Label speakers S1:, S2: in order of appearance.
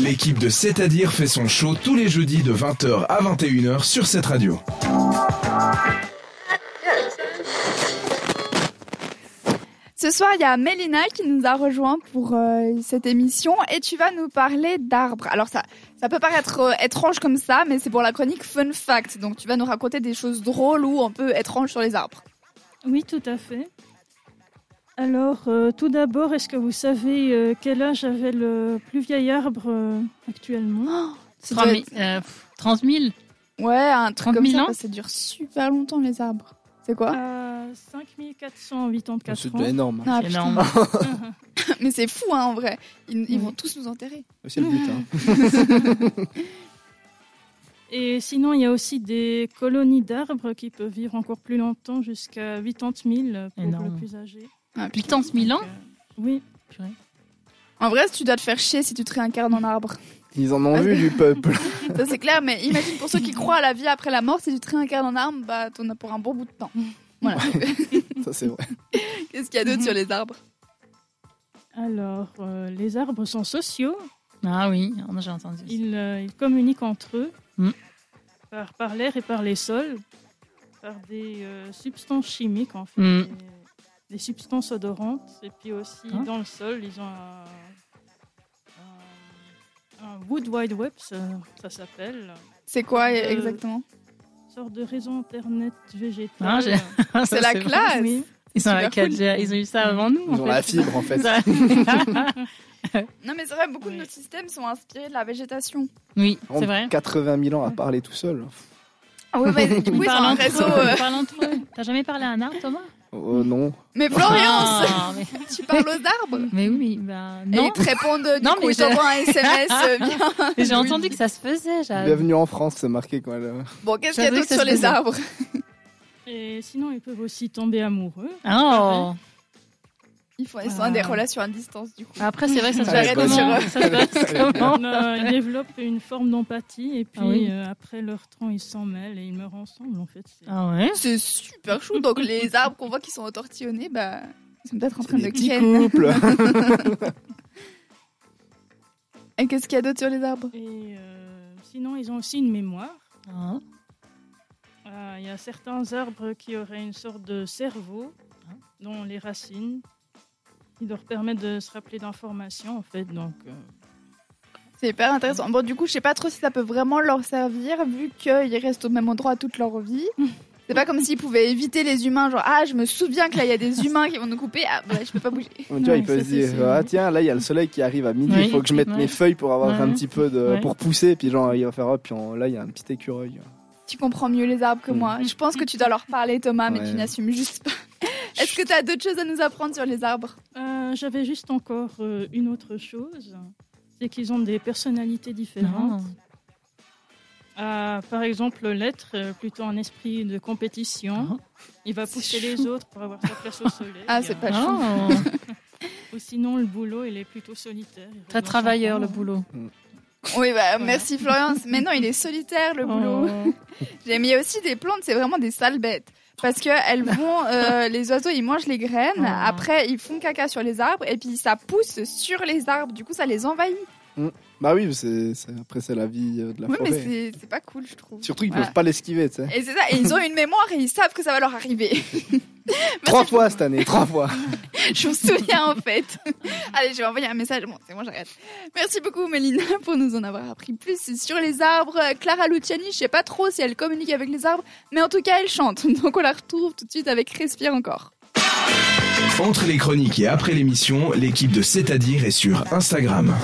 S1: L'équipe de C'est-à-dire fait son show tous les jeudis de 20h à 21h sur cette radio.
S2: Ce soir, il y a Mélina qui nous a rejoint pour euh, cette émission et tu vas nous parler d'arbres. Alors ça, ça peut paraître euh, étrange comme ça, mais c'est pour la chronique Fun Fact. Donc tu vas nous raconter des choses drôles ou un peu étranges sur les arbres.
S3: Oui, tout à fait. Alors, euh, tout d'abord, est-ce que vous savez euh, quel âge avait le plus vieil arbre euh, actuellement
S2: Ça
S4: 30
S2: doit
S4: 000, euh, pff, 30 000
S2: être- Ouais, un truc
S4: 30
S2: comme
S4: 000
S2: ça.
S4: ans
S2: parce que Ça dure super longtemps les arbres. C'est quoi
S3: À
S5: C'est
S3: 5484 ans.
S5: énorme.
S2: Ah,
S4: C'est
S2: putain.
S4: énorme.
S2: Mais c'est fou hein, en vrai. Ils, ils
S3: Oui.
S2: vont tous nous enterrer.
S5: C'est le but. hein.
S3: Et sinon, il y a aussi des colonies d'arbres qui peuvent vivre encore plus longtemps, jusqu'à 80 000 pour
S4: Énorme.
S3: le plus âgé.
S2: Ah,
S4: 80 000 ans
S3: Donc, euh, oui.
S2: En vrai, tu dois te faire chier si tu te réincarnes en arbre.
S5: Ils en ont vu du peuple.
S2: Ça c'est clair, mais imagine pour ceux qui croient à la vie après la mort, si tu te réincarnes en arbre, bah t'en as pour un bon bout de temps. Voilà.
S5: Ça, c'est vrai.
S2: Qu'est-ce qu'il y a d'autre sur les arbres
S3: Alors, euh, les arbres sont sociaux.
S4: Ah oui, oh, j'ai entendu. ça.
S3: Ils, euh, ils communiquent entre eux
S4: Mm.
S3: par, par l'air et par les sols, par des euh, substances chimiques en fait,
S4: Mm.
S3: des, des substances odorantes. Et puis aussi
S4: Hein
S3: dans le sol, ils ont un, un- un wood wide web, ça, ça s'appelle,
S2: C'est quoi
S3: Euh,
S2: exactement
S3: une sorte de réseau internet
S4: Ah,
S3: végétal.
S4: j'ai- Ça,
S2: C'est la classe
S3: Oui.
S4: Ils ont, la
S2: super
S4: 4G, ils ont eu ça avant nous.
S5: Ils
S4: en
S5: ont
S4: fait.
S5: la fibre, en fait.
S2: Non mais c'est vrai, beaucoup de
S3: Oui.
S2: nos systèmes sont inspirés de la végétation.
S4: oui,
S5: En
S4: c'est vrai.
S5: 80 000 ans à parler tout seul.
S2: Ah oui, mais du coup ils ont un réseau... euh,
S4: Ils parlent entre eux. T'as jamais parlé à un arbre, Thomas
S5: Oh non.
S2: Mais Florian,
S4: Ah, mais,
S2: tu parles aux arbres
S4: mais oui, mais bah,
S2: Et
S4: non.
S2: ils te répondent, euh, du
S4: Non,
S2: coup
S4: mais
S2: ils
S4: je-
S2: t'envoient un SMS. euh, bien.
S4: Mais J'ai entendu que ça se faisait. j'avais-
S5: Bienvenue en France, c'est marqué quoi. là.
S2: Bon, qu'est-ce qu'il y a
S4: J'avoue
S2: d'autre
S4: que ça
S2: sur
S4: se
S2: les
S4: faisait.
S2: arbres
S3: Et sinon, ils peuvent aussi tomber amoureux.
S4: Oh.
S2: Ils, font, ils sont
S4: Ah.
S2: dans des relations à distance du coup.
S4: Après, c'est vrai que ça se
S2: J'arrête
S4: passe
S2: de
S4: comment
S2: sur- euh,
S4: Ça se passe comment
S3: Euh, ils développent une forme d'empathie et puis
S4: Oh. Ah oui.
S3: euh, après leur temps, ils s'en mêlent et ils meurent ensemble en fait. C'est-
S4: Ah ouais
S2: C'est super chou, donc les arbres qu'on voit qui sont entortillonnés, bah... Ils sont peut-être en train
S5: C'est
S2: de
S5: des petits
S2: créer.
S5: couples.
S2: Et qu'est-ce qu'il y a d'autre sur les arbres
S3: Et euh, sinon, ils ont aussi une mémoire.
S4: Ah.
S3: Euh, Il y a certains arbres qui auraient une sorte de cerveau hein, dont les racines qui leur permettent de se rappeler d'informations en fait. Donc, euh,
S2: C'est hyper intéressant. Bon, du coup, je sais pas trop si ça peut vraiment leur servir, vu qu'ils restent au même endroit toute leur vie. C'est pas comme s'ils pouvaient éviter les humains, genre, ah, je me souviens que là, il y a des humains qui vont nous couper, ah, bah, je peux pas bouger.
S5: On dirait,
S3: Ouais,
S5: il peut
S3: ça,
S5: se
S3: c'est-
S5: dire ah tiens là il y a le soleil qui arrive à midi, il
S4: Oui.
S5: faut que je mette
S4: Ouais.
S5: mes feuilles pour avoir
S4: Ouais.
S5: un petit peu de
S4: Ouais.
S5: pour pousser puis genre il va faire hop puis on- là il y a un petit écureuil.
S2: Tu comprends mieux les arbres que moi. Je pense que tu dois leur parler, Thomas, mais
S5: Ouais.
S2: tu n'assumes juste pas. Est-ce que t'as d'autres choses à nous apprendre sur les arbres
S3: euh, j'avais juste encore euh, une autre chose, c'est qu'ils ont des personnalités différentes. Ah, par exemple, l'être, euh, plutôt un esprit de compétition. Il va pousser les autres pour avoir sa place au soleil.
S2: Ah, c'est pas
S3: Euh,
S4: Oh.
S3: Ou sinon, le boulot, il est plutôt solitaire. Il
S4: Très
S3: revient
S4: travailleur,
S3: sans
S4: le
S3: temps.
S4: boulot.
S2: Oui, bah, merci Florian. Mais non, il est solitaire, le boulot.
S4: Oh.
S2: J'ai mis aussi des plantes, c'est vraiment des sales bêtes. Parce que elles vont, euh, les oiseaux, ils mangent les graines.
S4: Ah.
S2: Après, ils font caca sur les arbres et puis ça pousse sur les arbres. Du coup, ça les envahit.
S5: Bah oui c'est c'est- après c'est la vie euh, de la
S2: Oui, mais
S5: forêt.
S2: c'est- Bah, c'est pas cool, je trouve.
S5: Surtout ils
S2: Voilà.
S5: peuvent pas l'esquiver tu sais.
S2: Et c'est ça. Et ils ont une mémoire et ils savent que ça va leur arriver.
S5: Trois fois cette année, trois fois.
S2: je me souviens en fait. Allez, je vais envoyer un message. Bon, c'est bon, j'arrête. Merci beaucoup, Mélina, pour nous en avoir appris plus sur les arbres. Euh, Clara Luciani, je sais pas trop si elle communique avec les arbres, mais en tout cas, elle chante. Donc, on la retrouve tout de suite avec Respire encore.
S1: Entre les chroniques et après l'émission, l'équipe de C'est-à-dire est sur Instagram.